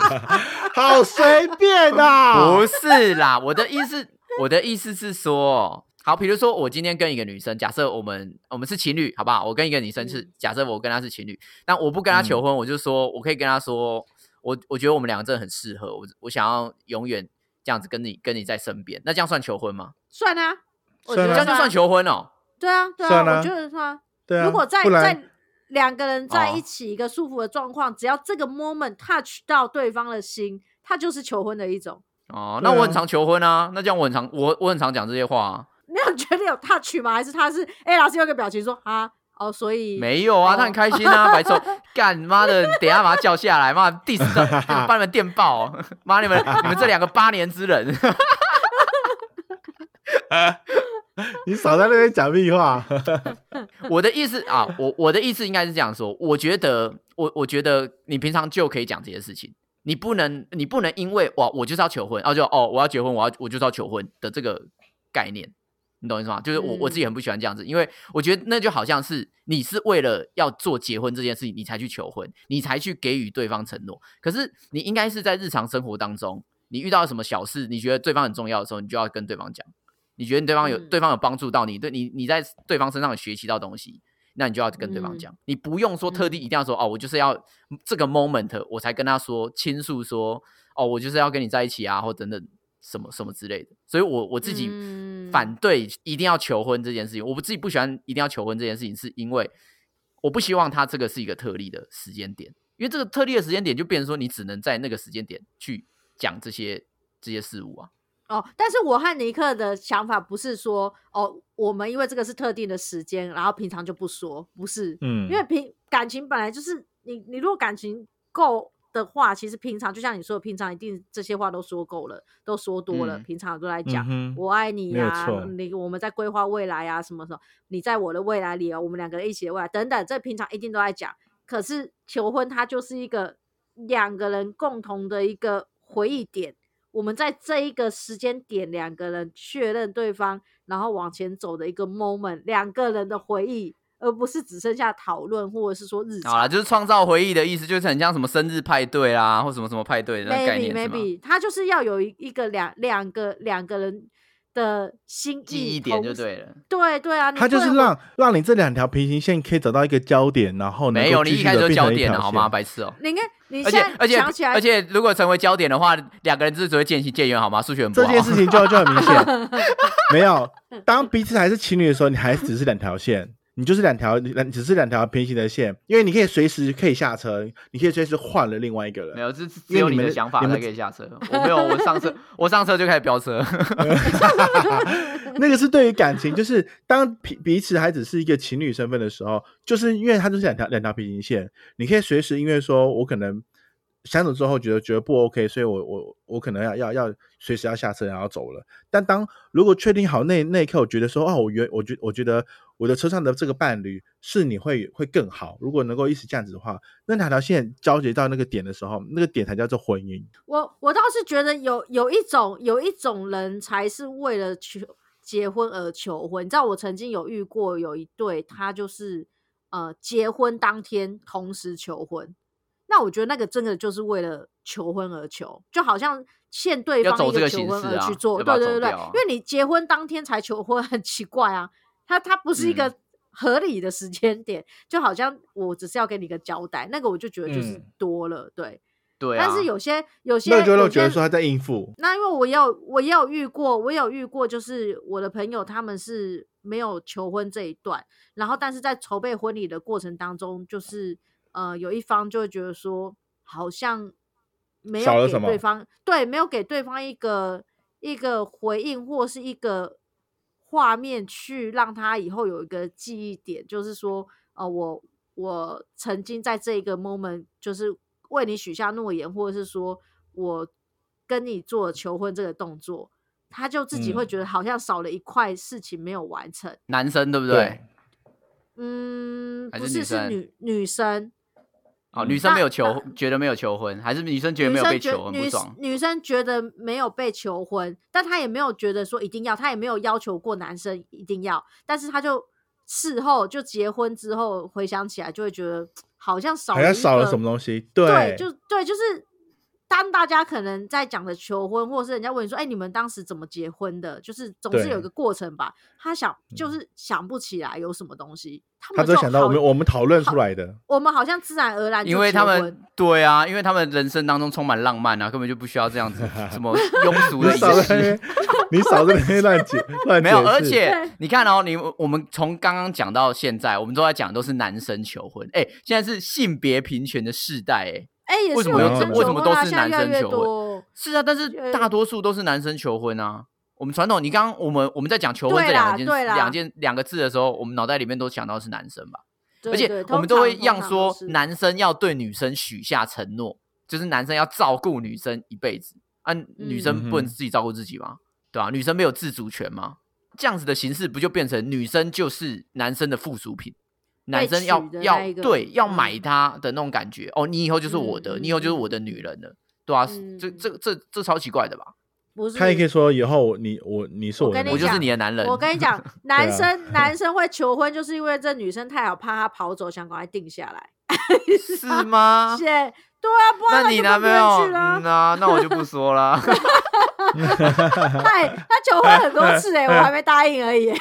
好随便啊！ 不是啦，我的意思，我的意思是说，好，比如说我今天跟一个女生，假设我们我们是情侣，好不好？我跟一个女生是，嗯假设我跟她是情侣，但我不跟她求嗯婚，我就说我可以跟她说，我我觉得我们两个真的很适合，我我想要永远这样子跟你跟你在身边，那这样算求婚吗？算啊，我觉算啊得这样就啊算求婚哦。对啊，对算啊，我啊觉得算啊。对啊，如果在不然在两个人在一哦起一个舒服的状况，只要这个 moment touch 到对方的心，它就是求婚的一种。哦，对那啊我很常求婚啊，那这样我很常我我很常讲这些话啊，你有觉得有 touch 吗？还是他是哎、老师有个表情说啊哦，所以没有啊，哦他很开心啊，白手干妈的，等一下把他叫下来，妈 diss 他把你们电爆，妈你们你们这两个八年之人，你少在那边讲屁话。 我的意思啊，我我的意思应该是这样说，我觉得我我觉得你平常就可以讲这些事情，你不能你不能因为哇我就是要求婚，然后就哦我要结婚，我要我就是要求婚的这个概念，你懂我意思吗？就是我我自己很不喜欢这样子，因为我觉得那就好像是你是为了要做结婚这件事情，你才去求婚，你才去给予对方承诺，可是你应该是在日常生活当中，你遇到什么小事，你觉得对方很重要的时候，你就要跟对方讲。你觉得你对方有、嗯对方有帮助到你，对你你在对方身上有学习到东西，那你就要跟对方嗯讲，你不用说特地一定要说、哦，我就是要这个 moment 我才跟他说倾诉说哦，我就是要跟你在一起啊，或等等什么什么之类的。所以我我自己嗯反对一定要求婚这件事情，我不自己不喜欢一定要求婚这件事情，是因为我不希望它这个是一个特例的时间点，因为这个特例的时间点就变成说你只能在那个时间点去讲这些这些事物啊。哦，但是我和尼克的想法不是说哦，我们因为这个是特定的时间，然后平常就不说，不是，嗯，因为平感情本来就是你你如果感情够的话，其实平常就像你说的，平常一定这些话都说够了，都说多了，嗯平常都来讲。嗯哼我爱你没有呀、错你我们在规划未来啊，什么什么，你在我的未来里啊，我们两个人一起的未来等等，这平常一定都在讲。可是求婚它就是一个两个人共同的一个回忆点，我们在这一个时间点，两个人确认对方，然后往前走的一个 moment，两个人的回忆，而不是只剩下讨论或者是说日好常。啦，就是创造回忆的意思，就是很像什么生日派对啦，或什么什么派对的那个概 maybe 念是吗？ maybe，它就是要有一一个两两个两个人的心意记忆点就同时对了。对对啊，你他就不是能让让你这两条平行线可以找到一个交点，然后能没够有，你继一续开始就地变焦成一点了条好吗？线？白痴哦、你应该你而且现而在且想起来，而且，如果成为焦点的话，两个人就是只会渐行渐远，好吗？数学很不这好。件事情就就很明显， 没有。当彼此还是情侣的时候，你还只是两条线，你就是两条，两只是两条平行的线，因为你可以随时可以下车，你可以随时换了另外一个没人。有，这只因为有你你们的想法你们才可以下车。我没有，我上车，我上车就开始飙车。 那个是对于感情，就是当彼彼此还只是一个情侣身份的时候，就是因为它就是两条两条平行线，你可以随时因为说我可能相处之后觉得觉得不 OK，所以我我我可能要要要随时要下车然后走了。但当如果确定好那那一刻，我觉得说哦，我原我觉我觉得我的车上的这个伴侣是你会会更好，如果能够一起这样子的话，那两条线交接到那个点的时候，那个点才叫做婚姻。我我倒是觉得有有一种有一种人才是为了求结婚而求婚。你知道，我曾经有遇过有一对，他就是呃结婚当天同时求婚。那我觉得那个真的就是为了求婚而求，就好像限对要方走一这个求形婚式而啊去做，要把对它对走对对，掉啊因为你结婚当天才求婚很奇怪啊，它它不是一个嗯合理的时间点，就好像我只是要给你一个交代，那个我就觉得就是嗯多了，对。对啊，但是有些有些那就有会觉得些说他在应付，那因为我也有我也有遇过，我也有遇过，就是我的朋友他们是没有求婚这一段，然后但是在筹备婚礼的过程当中，就是呃有一方就会觉得说好像没少了有给什么对方对没有给对方一个一个回应或是一个画面去让他以后有一个记忆点，就是说呃我我曾经在这一个 moment 就是为你许下诺言，或者是说我跟你做求婚这个动作，他就自己会嗯觉得好像少了一块事情没有完成。男生对不对对？嗯，还不是女是是生女女生，哦，嗯女生没有那求，觉得没有求婚，还是女生觉得女没有被生觉求婚女不爽？女生觉得没有被求婚，但她也没有觉得说一定要，她也没有要求过男生一定要，但是她就事后就结婚之后回想起来，就会觉得好像少好像一少了个什么东西。对，就对，就是当大家可能在讲的求婚，或者是人家问你说：“哎、你们当时怎么结婚的？”就是总是有对一个过程吧。他想就是想不起来有什么东西，他他们只就有想到我们好我们讨论出来的，我们好像自然而然就因为结他们婚对啊，因为他们人生当中充满浪漫啊，根本就不需要这样 子什么庸俗你的少仪在那式。边， 你少在那边乱解 乱没有，解而释且对你看哦，你我们从刚刚讲到现在，我们都在讲都是男生求婚，哎，现在是性别平权的世代，哎，哎、也为是什么有有男生为求什么婚都啊是现在男越来生越求婚多是啊，但是呃大多数都是男生求婚啊。我们传统，你刚刚我们我们在讲求婚对这啦两件对啦两件两个字的时候，我们脑袋里面都想到是男生吧，对而对且我通们都常会通让常说都是男生要对女生许下承诺，就是男生要照顾女生一辈子啊，女生不嗯哼能自己照顾自己吗？对啊吧、女生没有自主权吗？这样子的形式不就变成女生就是男生的附属品？男生要取的那要一个对要嗯买她的那种感觉、哦，你以后就是我的，嗯你以后就是嗯我的女人了，对吧、啊嗯这这这这超奇怪的吧？不是他也可以说以后你我你是我我的跟男我人，就是你的男人。我跟 你讲，男对啊生、男生会求婚，就是因为这女生太好，怕他跑走，想赶快定下来。是吗？谢，对啊，不然那他你就男朋跟别友人去了啊嗯啊，那我就不说 了。嗨，他求婚很多 次哎、我还没答应而已、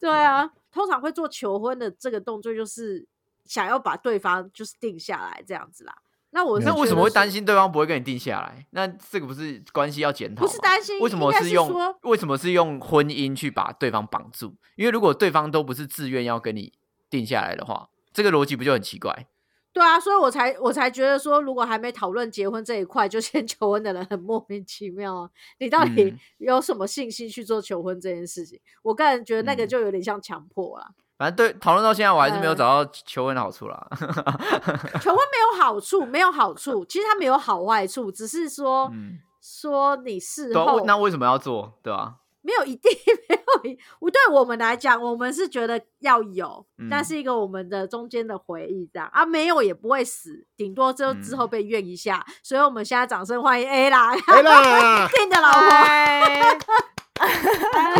对啊，通常会做求婚的这个动作，就是想要把对方就是定下来这样子啦。那我是那那觉为什得么会是担心对方不会跟你定下来？那这个不是关系要检讨吗？不是担心，为什么应该是是用说为什么是用婚姻去把对方绑住？因为如果对方都不是自愿要跟你定下来的话，这个逻辑不就很奇怪？对啊，所以我才我才觉得说，如果还没讨论结婚这一块，就先 求婚的人很莫名其妙啊！你到底嗯有什么信心去做求婚这件事情？我个人觉得那个嗯就有点像强迫啦。反正对讨论到现在，我还是没有呃找到求婚的好处啦。求婚没有好处，没有好处，其实它没有好坏处，只是说、 嗯，说你事对啊、哦后为那为什么要做？对吧、啊？没有一定没有一，我对我们来讲，我们是觉得要有，嗯但是一个我们的中间的回忆这样啊，没有也不会死，顶多就嗯之后被怨一下。所以我们现在掌声欢迎 A 啦，哎啦，定的老哎婆。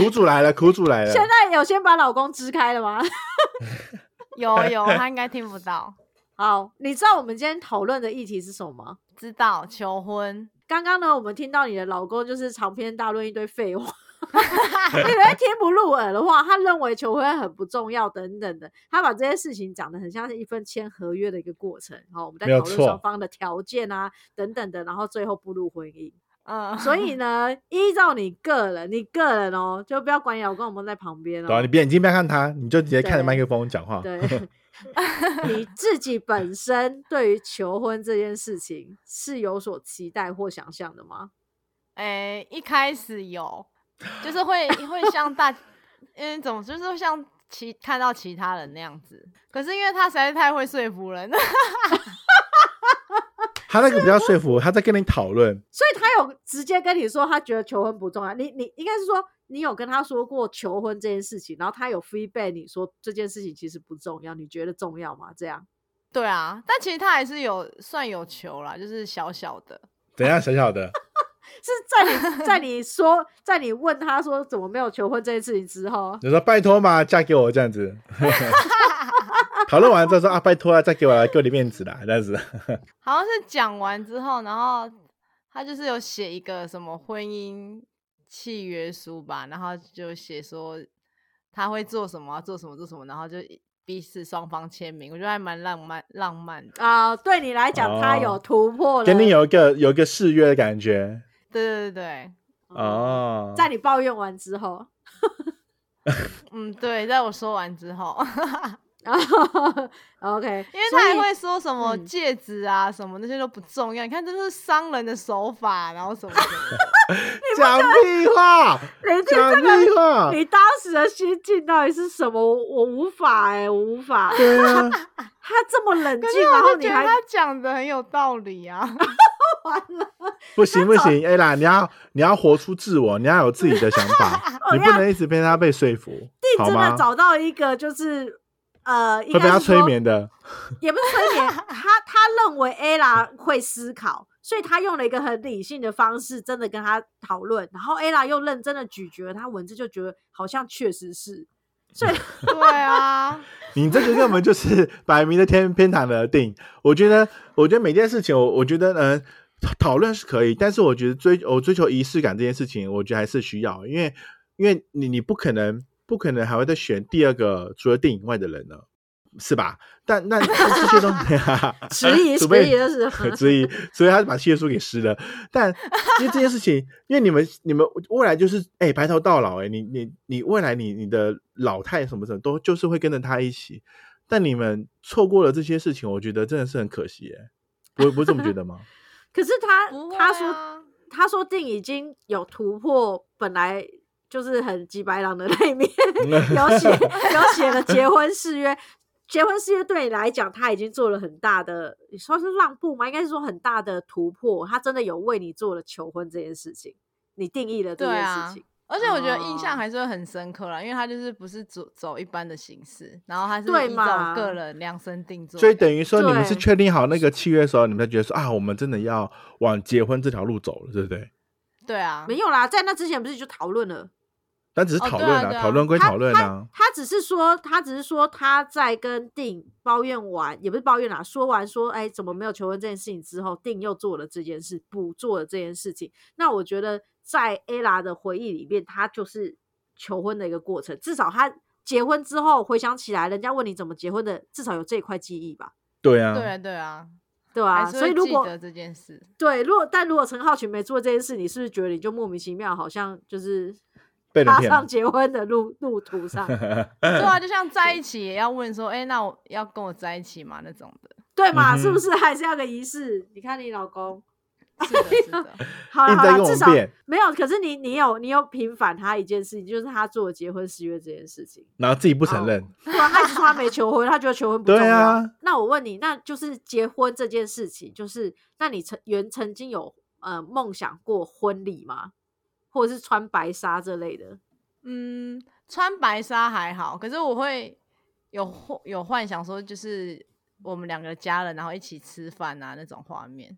苦主来了，苦主来了，现在有先把老公支开了吗？ 有有，他应该听不到，好，你知道我们今天讨论的议题是什么吗？知道求婚，刚刚呢，我们听到你的老公就是长篇大论一堆废话，因为听不入耳的话，他认为求婚很不重要等等的，他把这些事情讲的很像是一份签合约的一个过程。好，我们在没有讨论错双方的条件啊等等的，然后最后步入婚姻。嗯，所以呢，依照你个人，你个人哦，就不要管你老公有没有在旁边对啊，哦你。别眼睛不要看他，你就直接看着对麦克风讲话。对， 你自己本身对于求婚这件事情是有所期待或想象的吗？诶、哎一开始有，就是会会像大，嗯，怎么就是像其看到其他人那样子。可是因为他实在是太会说服人，他那个比较说服，他在跟你讨论，所以他有直接跟你说他觉得求婚不重要，你你应该是说你有跟他说过求婚这件事情，然后他有 feedback 你说这件事情其实不重要，你觉得重要吗？这样 对啊，但其实他还是有算有球啦，就是小小的。怎样小小的，是在你在你说在你问他说怎么没有求婚这件事情之后，你说拜托嘛，嫁给我这样子。 讨论完之后说啊，拜托啊，再给我来给我点面子啦，这样子。好像是讲完之后，然后他就是有写一个什么婚姻契约书吧，然后就写说他会做什么啊，做什么，做什么，然后就一彼此双方签名，我觉得还蛮浪漫浪漫的。啊、对你来讲他有哦突破了，给你有一个有一个誓约的感觉对对对对，哦哦。在你抱怨完之后，嗯，对，在我说完之后，然后 OK，因为所他还以会说什么嗯戒指啊、什么那些都不重要，你看这是商人的手法，然后什么什么的讲屁话，你这讲这屁个话，你当时的心境到底是什么？我我无法哎、我无法。对啊，他这么冷 可静，是然我后就你觉得还他讲的很有道理啊。 不行不行，哎啦，你要你要活出自我，你要有自己的想 法，哦哦你不能一直被他被说服，好真的吗？找到一个就是呃，应会被该他是说催眠的，也不是催 眠，他他认为 Ella 会思考，所以他用了一个很理性的方式，真的跟他讨论，然后 Ella 又认真的咀嚼他文字，就觉得好像确实 是，所以对 啊，你这个根本就是摆明的天偏袒而定。我觉得，我觉得每件事情，我我觉得，嗯、讨论是可以，但是我觉得追我追求仪式感这件事情，我觉得还是需要，因为因为你你不可能不可能还会再选第二个除了电影外的人呢，是吧？但那这些东西、 啊，迟疑除迟非疑的时候，所以 所以他就把契约书给撕了。但因为这件事情，因为你们你们未来就是哎、白头到老哎、你你你未来你你的老态什么什么都就是会跟着他一起，但你们错过了这些事情，我觉得真的是很可惜哎、不不是这么觉得 吗？可是他、不会他说啊他说定已经有突破本来就是很几白狼的那一面。有写有写了结婚誓约，结婚誓约对你来讲，他已经做了很大的，你说是让步吗？应该是说很大的突破，他真的有为你做了求婚这件事情，你定义了这对件啊事情。而且我觉得印哦象还是会很深刻啦，因为他就是不是走走一般的形式，然后他对是依嘛照个人量身定做的。所以等于说，你们是对确定好那个契约的时候，你们才觉得说啊，我们真的要往结婚这条路走了，对不对？对啊，没有啦，在那之前不是就讨论了？但只是哦讨对论啊对啊讨论归他讨论啊。他只是说，他只是说他在跟定抱怨完，也不是抱怨啦，说完说，哎，怎么没有求婚这件事情之后，定又做了这件事，补做了这件事情。那我觉得在 Ella 的回忆里面，他就是求婚的一个过程，至少他结婚之后回想起来，人家问你怎么结婚的，至少有这一块记忆吧。对啊，对啊对啊，对还啊，是所以会如记果得这 件事，对，如果但如果陈浩群没做这件事，你是不是觉得你就莫名其妙，好像就是被人踏骗上了。结婚的路路途上？对啊，就像在一起也要问说，哎、那我要跟我在一起吗？那种的，对嘛？是不嗯哼是还是要个仪式？你看你老 公，是的，是的，好一直了好在跟我了，至们少变没有。可是你你有你有平反他一件事情，就是他做结婚誓约这件事情。然后自己不承认，对啊，他一直说他没求婚，他觉得求婚不重要。对啊那我问你，那就是结婚这件事情，就是那你曾原曾经有呃梦想过婚礼吗？或者是穿白纱这类的？嗯，穿白纱还好，可是我会有幻有幻想说，就是我们两个家人，然后一起吃饭啊那种画面，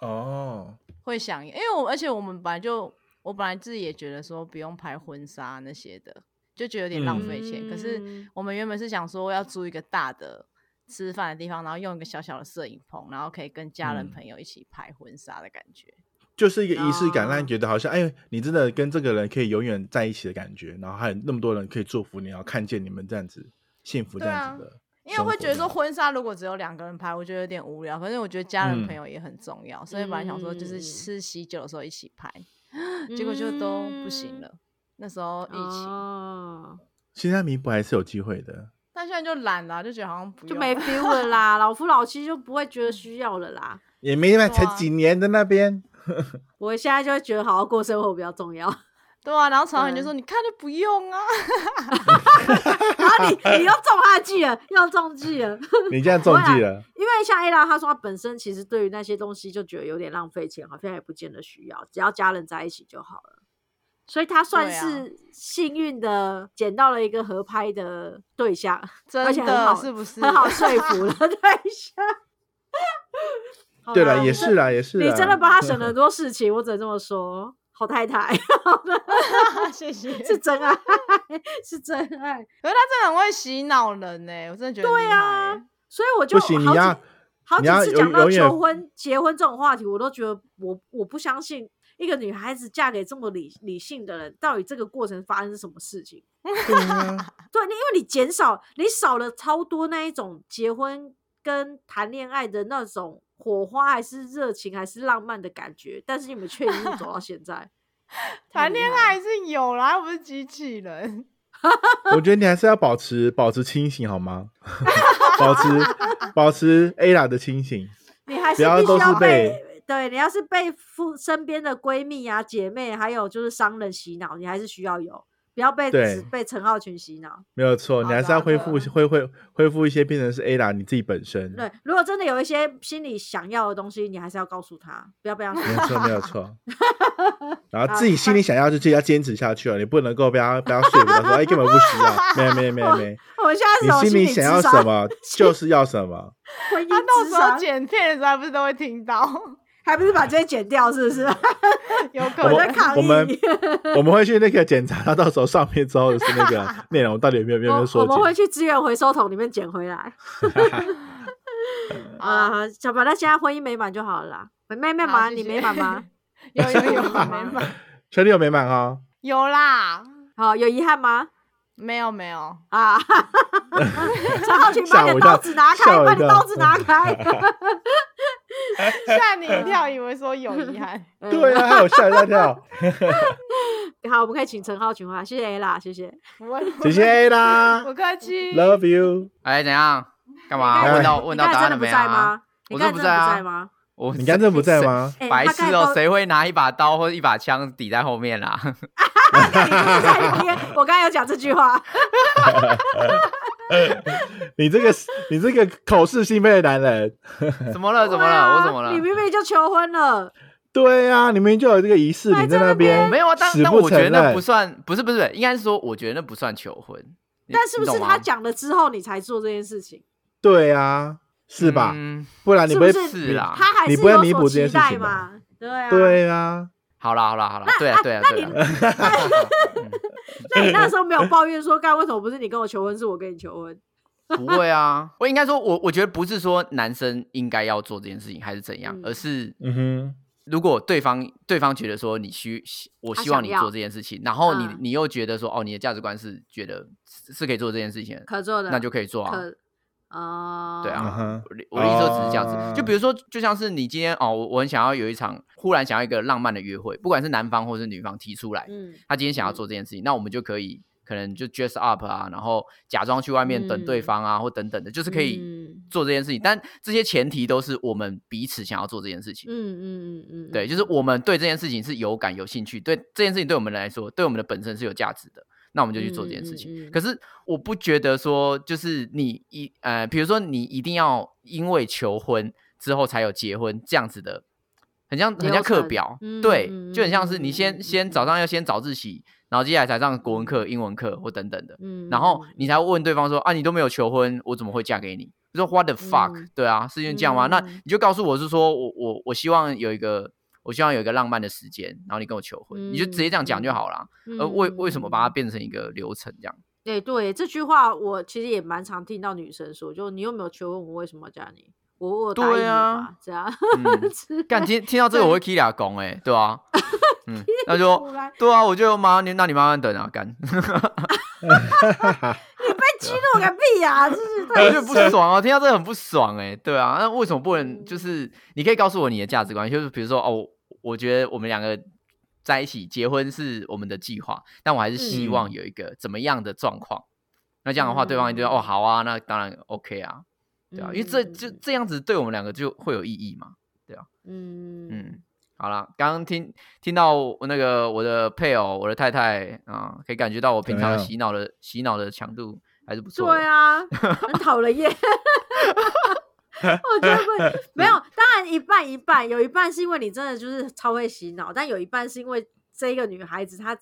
哦，会想，因为我而且我们本来就我本来自己也觉得说不用拍婚纱那些的，就觉得有点浪嗯费钱，可是。我们原本是想说要租一个大的吃饭的地方，然后用一个小小的摄影棚，然后可以跟家人嗯朋友一起拍婚纱的感觉。就是一个仪式感，让哦你觉得好像哎，你真的跟这个人可以永远在一起的感觉，然后还有那么多人可以祝福你，然后看见你们这样子幸福这对啊样子的，因为生会活觉得这说样婚纱如果只有两个人拍，我觉得有点无聊。可是我觉得家人嗯朋友也很重要，所以本来想说就是嗯吃喜酒的时候一起拍， 结果就都不行了。那时候疫情，嗯哦，现在弥补还是有机会的。但现在就懒了、嗯就觉得好像不就用没 feel 了 啦，老夫老妻就不会觉得需要了啦。也没办法，对才啊几年的那边，我现在就会觉得好好过生活比较重要。对啊。然后常常就对说你看就不用啊，然后你你又中他的计了，又中计了。 你这样中计了，因为像 A 拉，她说她本身其实对于那些东西就觉得有点浪费钱，好像也不见得需要，只要家人在一起就好了。所以她算对啊是幸运的捡到了一个合拍的对象，而真且很的好是不是？很 好说服了对象。好对啦了，也是啦，也是啊啦，哦你真的帮他省 了很多事情，我只能这么说，好太太 谢谢。是真爱， 是真爱。可是他真的很会洗脑人呢、我真的觉得对啊欸所以我就不行，好你几要好几你要次永讲到永远求婚、结婚这种话题，我都觉得我我不相信一个女孩子嫁给这么理理性的人，到底这个过程发生什么事情？对啊，对，你因为你减少，你少了超多那一种结婚跟谈恋爱的那种火花，还是热情，还是浪漫的感觉，但是你们却一路走到现 在，太谈厉恋害了爱是有啦，又不是机器人。我觉得你还是要保持保持清醒好吗？ 保持保持 A 啦的清醒，你还不是要必须都是要被被对，你要是被父身边的闺蜜啊、姐妹，还有就是商人洗脑，你还是需要有，不要被对只被陈浩群洗脑。没有错，你还是要恢复好的恢恢恢复一些，变成是 A 啦你自己本身，对，如果真的有一些心里想要的东西，你还是要告诉他，不要被他没洗有脑。 错没有错。然后自己心里想要就自己要坚持下去了，你不能够被他被他说服到说哎根本不需要， 没有没有没有没有，我们现在是有你心理里智想要商什？么就是要什么，婚 他到姻智时候商剪片的时候，还不是都会听到？ 还不是把这些剪掉，是不 是？有可我我们在能。抗我们议我们会去那个检查，他到时候上片之后的是那 个内容到底有没有有没有我被我说们会解。去资源回收桶里面捡回 来。啊，啊，小白，那现在婚姻美满就好了啦。妹妹好满，谢你谢美满吗？ 有有有有好没买？确定有美满哈？有啦，好，有遗憾吗？没有没有， 啊！ 陈浩群，把吓你我一的刀跳子拿开，吓我把一你的跳刀子拿开。 吓你一跳，以为说有遗憾。 对啊，还有吓一大 跳，嗯好，我们可以请陈浩群回来，谢谢 A 啦，谢谢。不会，不谢会谢 A 啦不客气。 ，Love you。哎，怎样？干嘛？哎问到你问到刚答才案了真的不没在啊？吗？你我刚真的不才真的在啊在吗？我你刚真的不在？ 吗？哎白他痴刚才哦，都谁会拿一把刀或一把枪抵在后面啊啦？那你就是在里面。我刚才有讲这 句话，你这个你这个口是心非的男人。 怎么了？怎么对了？啊我怎么了你？明明就求婚了，对啊，你明明就有这个仪式，还你在在那那边没有啊，但死但我不觉得承那认不。算，不是不是，不是应该是说，我觉得那不算求婚。你但是不你是懂吗他讲了之后你才做这件事情？对啊，是吧？嗯不然你会是不是啦他还你是不会有弥补所这件期事情待嘛？对啊，对啊，好啦好啦好啦，对啊对啊对啊，嗯那你那时候没有抱怨说，干为什么不是你跟我求婚，是我跟你求婚？不会啊，我应该说，我我觉得不是说男生应该要做这件事情还是怎样，嗯而是嗯哼，如果对方对方觉得说你需我他希望想你要做这件事情，然后你嗯你又觉得说哦你的价值观是觉得是是可以做这件事情的，可做的，那就可以做啊。可啊，对嗯啊哼，我的我的意思就只是这样子。啊就哦比如说，就像是你今天哦，我我很想要有一场忽然想要一个浪漫的约会，不管是男方或是女方提出来，嗯，他今天想要做这件事情，那我们就可以可能就 dress up 啊，然后假装去外面等对嗯方啊，或等等的，就是可以嗯做这件事情。但这些前提都是我们彼此想要做这件事情。嗯嗯嗯嗯，对，就是我们对这件事情是有感、有兴趣，对这件事情对我们来说，对我们的本身是有价值的，那我们就去做这件事情。嗯嗯嗯可是我不觉得说，就是你一呃，比如说你一定要因为求婚之后才有结婚这样子的，很像很像流课程表，嗯对，嗯就很像是嗯你嗯先、嗯先嗯早上要先早自习，然后接下来才上国文课、英文课或等等的，嗯，嗯，然后嗯你才会问对方说啊，你都没有求婚，我怎么会嫁给你？就说 What the fuck？、嗯对啊，是因为这样吗？那嗯你就告诉我是说我我我希望有一个我希望有一个浪漫的时间，然后你跟我求婚，你就直接这样讲就好了。呃，为为什么把它？嗯嗯嗯嗯变成一个流程这样？哎、对这句话，我其实也蛮常听到女生说，就你又没有求婚，我为什么要嫁你？我我有答应对你啊嘛这样。嗯 之干类听听到这个我会 k 俩公哎，对 啊，嗯，那就对啊，我就妈你那你慢慢等啊， 干，被激怒个屁呀、啊！真是太我就不爽啊，听到这个很不爽哎、对啊，那为什么不嗯能就是你可以告诉我你的价值观，就是比如说哦，我觉得我们两个在一起结婚是我们的计划，但我还是希望嗯有一个怎么样的状况。那这样的话，对方一定说哦嗯好啊，那当然 OK 啊，对啊，因为这嗯就这样子对我们两个就会有意义嘛。嗯嗯嗯，好啦，刚刚听听到我那个我的配偶，我的太太啊、可以感觉到我平怎么常样洗脑的洗脑的强度还是不错的。对啊，很讨 人厌。我觉得会没有，当然一半一半，有一半是因为你真的就是超会洗脑，但有一半是因为这个女孩子她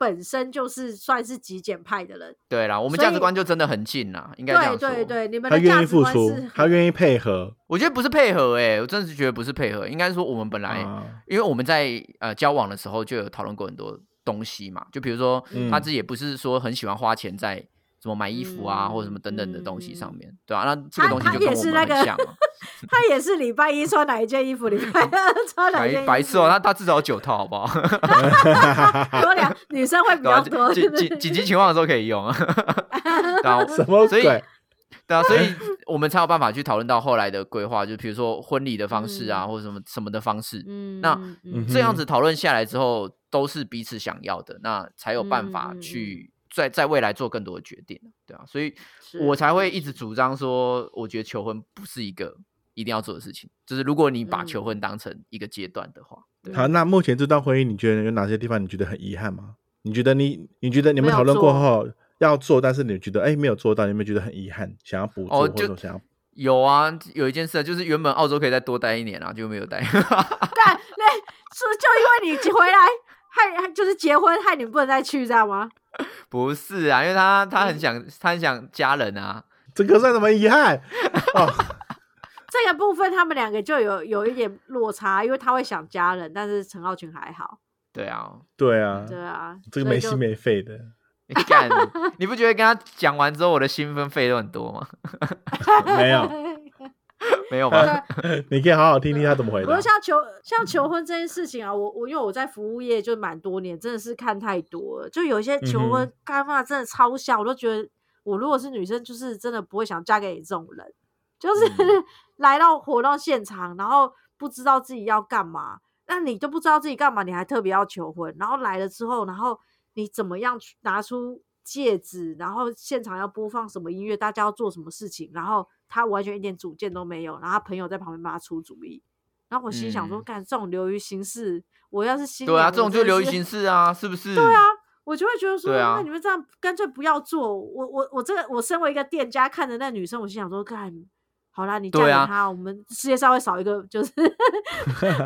本身就是算是极简派的人。对啦，我们所价值以观就真的很近啦，应该这样对说。对对，你们他的愿价意值付观出是，他很愿意配合我觉得不是配合哎、我真的是觉得不是配合，应该说我们本哎来，啊，因为我们在呃交往的时候就有讨论过很多东西嘛，就比如说、嗯他自己也不是说很喜欢花钱在什么买衣服啊、嗯或者什么等等的东西上嗯面，对啊，那这个他东西他就跟也我是们那很个像 嘛，他也是礼拜一穿哪一件衣服，礼拜二 穿哪一件白白衣服痴哦、他他至少有九套好不好？多两女生会比对啊，较紧多，对紧不 紧对？紧急情况的时候可以用 啊。对啊，什么所以鬼？对啊，所 以我们才有办法去讨论到后来的规划，就比如说婚礼的方式啊，或者什么什么的方式。嗯那嗯嗯这样子讨论下来之后，都是彼此想要的，那才有办法嗯嗯嗯去在在未来做更多的决定，对啊，所以是我才会一直主张说，我觉得求婚不是一个一定要做的事情，就是如果你把嗯求婚当成一个阶段的话，对啊，好，那目前这段婚姻，你觉得有哪些地方你觉得很遗憾吗？你觉得你你觉得你没们有讨论做过后要做，但是你觉得哎没有做到，你有没有觉得很遗憾，想要补做、哦或者就说想要有啊，有一件事啊就是原本澳洲可以再多待一年啊，就没有待。干那是就因为你回来，害害就是结婚，害你不能再去，知道吗？不是啊，因为他他嗯很想他很想家人啊，这个算什么遗憾？哦 这个部分他们两个就有有一点落差，因为他会想家人，但是陈浩群还好，对啊，对啊，对啊，这个所以没就心没肺的，你干，你不觉得跟他讲完之后我的心分费都很多吗？ 没有。 没有啊吧？你可以好好听听他怎么回不答过。像求像嗯求婚这件事情啊，我我因为我在服务业就蛮多年，真的是看太多了。就有一些求嗯婚干嘛真的超像，我都觉得我如果是女生，就是真的不会想嫁给你这种人，就是、嗯来到活动现场，然后不知道自己要干嘛，那你都不知道自己干嘛，你还特别要求婚，然后来了之后，然后你怎么样去拿出戒指，然后现场要播放什么音乐，大家要做什么事情，然后他完全一点主见都没有，然后他朋友在旁边帮他出主意。然后我心想说，嗯干、这种流于形式，我要是新对啊，娘这种我就真的流于是形式啊，是不是？对啊，，我就会觉得说，对啊那你们这样干脆不要做。我我我这个我身为一个店家，看着那女生，我心想说，干好啦，你嫁对给啊他，我们世界上会少一个就是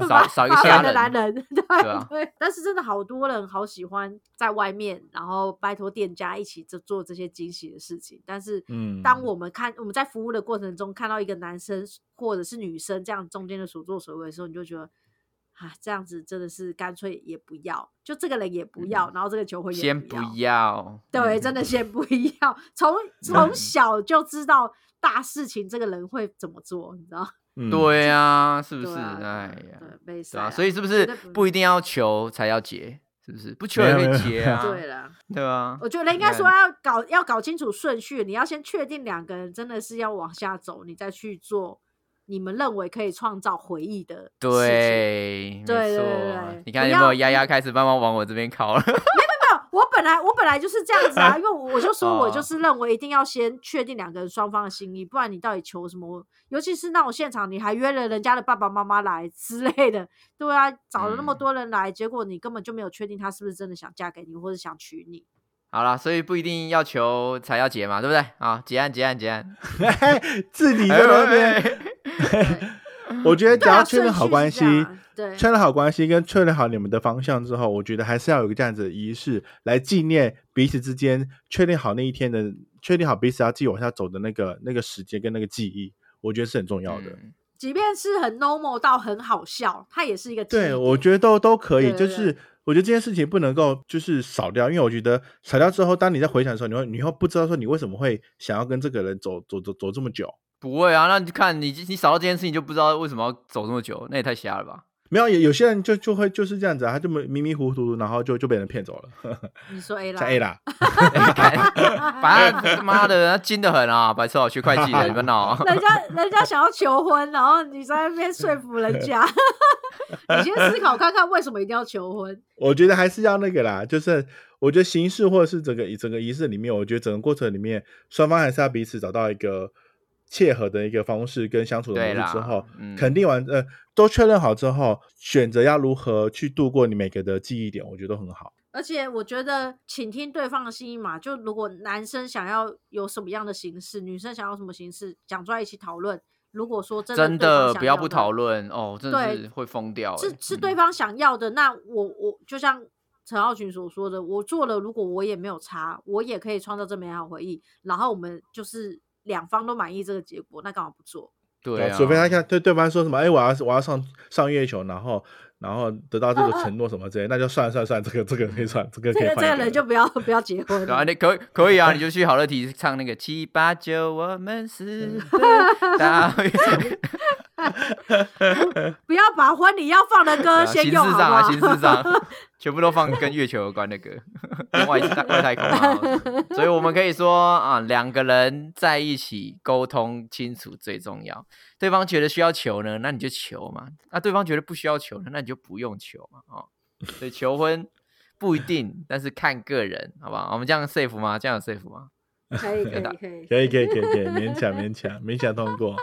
少少一个麻虾烦的仁男人， 对对啊对。但是真的好多人好喜欢在外面，然后拜托店家一起做做这些惊喜的事情，但是。嗯，当我们看我们在服务的过程中看到一个男生或者是女生这样中间的所作所为的时候，你就觉得啊，这样子真的是干脆也不要，就这个人也不嗯要，然后这个求婚也先不不要，要，对，嗯真的先不要。 从从小就知道大事情这个人会怎么做，你知道？嗯，对啊，是不是？对啊，哎呀，对，被对塞啊，啊，所以是不绝是对不不一定要求才要结？是不是？不求人没有没会有结 啊，对了，对吧？我觉得应该对说要搞要搞清楚顺序，你要先确定两个人真的是要往下走，你再去做你们认为可以创造回忆的事情。对，没对对对错对。你看不有没有要丫丫开始慢慢往我这边靠了？ 没有，我本来我本来就是这样子啊，因为我我就说哦我就是认为一定要先确定两个人双方的心意，不然你到底求什么？尤其是那种现场，你还约了人家的爸爸妈妈来之类的，对啊，找了那么嗯多人来，结果你根本就没有确定他是不是真的想嫁给你或者想娶你。好啦，所以不一定要求才要结嘛，对不对？啊，结案结案结案。 自己你在那边，对我觉得只哎对啊要确认好关系顺序是这样啊，对确认好关系跟确认好你们的方向之后，我觉得还是要有一个这样子的仪式来纪念彼此之间确定好那一天的，确定好彼此要继续往下走的那个那个时间跟那个记嗯忆，我觉得是很重要的。嗯即便是很 normal 到很好笑，它也是一个记忆对，点我觉得都都可以，对就对是我觉得这件事情不能够就是少掉，因为我觉得少掉之后，当你在回想的时候，你会你会不知道说你为什么会想要跟这个人走走走走这么久。不会啊，那你看你你少到这件事情就不知道为什么要走这么久，那也太瞎了 吧？没有，有有些人就就会就是这样子啊，他就迷迷糊糊，然后就就被人骗走了， 你说 A 啦像 A 啦，反正他妈 的，他精得很啊，白痴哦，学会计的，你们闹啊。人家人家想要求婚，然后你在那边说服人 家， 你先思考看看为什么一定要求婚。我觉得还是要那个啦，就是我觉得形式或者是整个整个仪式里面，我觉得整个过程里面，双方还是要彼此找到一个切合的一个方式跟相处的对模啦式之后，嗯肯定完呃都确认好之后，选择要如何去度过你每个的记忆点，我觉得都很好。而且我觉得，请听对方的心意嘛。就如果男生想要有什么样的形式，女生想要什么形式，讲出来一起讨论。如果说真的真对方的想不要的不讨，论哦，真的是会疯掉欸。是是嗯对方想要的。那我我就像陈浩群所说的，我做了，如果我也没有差，我也可以创造这美好回忆。然后我们就是两方都满意这个结果，那干嘛不做？对啊，除非他看对对方说什么，哎，我要我要上上月球，然后然后得到这个承诺什么之类，那就算了算了算了，这个这个可以算，这个这可以个换一这个个人就不要不要结婚对啊，了。你可以可以啊，你就去好乐迪唱那个七八九，我们 是的大会什么不要把婚礼要放的歌啊先形式用好上不啊，好？形式 上，全部都放跟月球有关的歌，跟外太外太空啊。所以我们可以说啊，两个人在一起沟通清楚最重要。对方觉得需要求呢，那你就求嘛；那、对方觉得不需要求呢，那你就不用求嘛。哦，所以求婚不一定，但是看个人，好不好？我们这样 safe 吗？这样有 safe 吗？可以可以可以。可以可以可以可以，勉强勉强勉强通 过。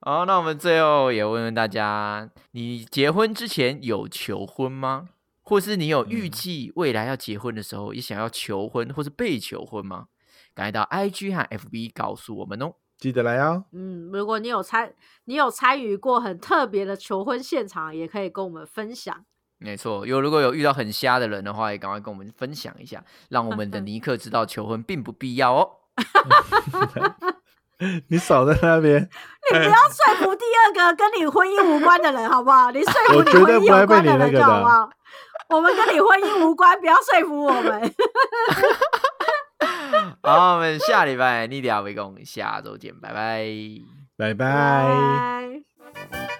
好，那我们最后也问问大家，你结婚之前有求婚吗？或是你有预嗯计未来要结婚的时候，也想要求婚或是被求婚吗？赶快到 IG 和 FB 告诉我们哦。记得来哦，嗯，如果你有参你有参与过很特别的求婚现场，也可以跟我们分享。没错，有如果有遇到很瞎的人的话，也赶快跟我们分享一下，让我们的尼克知道求婚并不必要哦。你少在那边。你哎不要说服第二个跟你婚姻无关的人，好不好？你说 服我你绝婚对不姻会有被关你的那人个就好的不好？我们跟你婚姻无关，不要说服我 们。好，我们下礼拜尼迪亚维共，下周见，拜拜。拜拜。拜。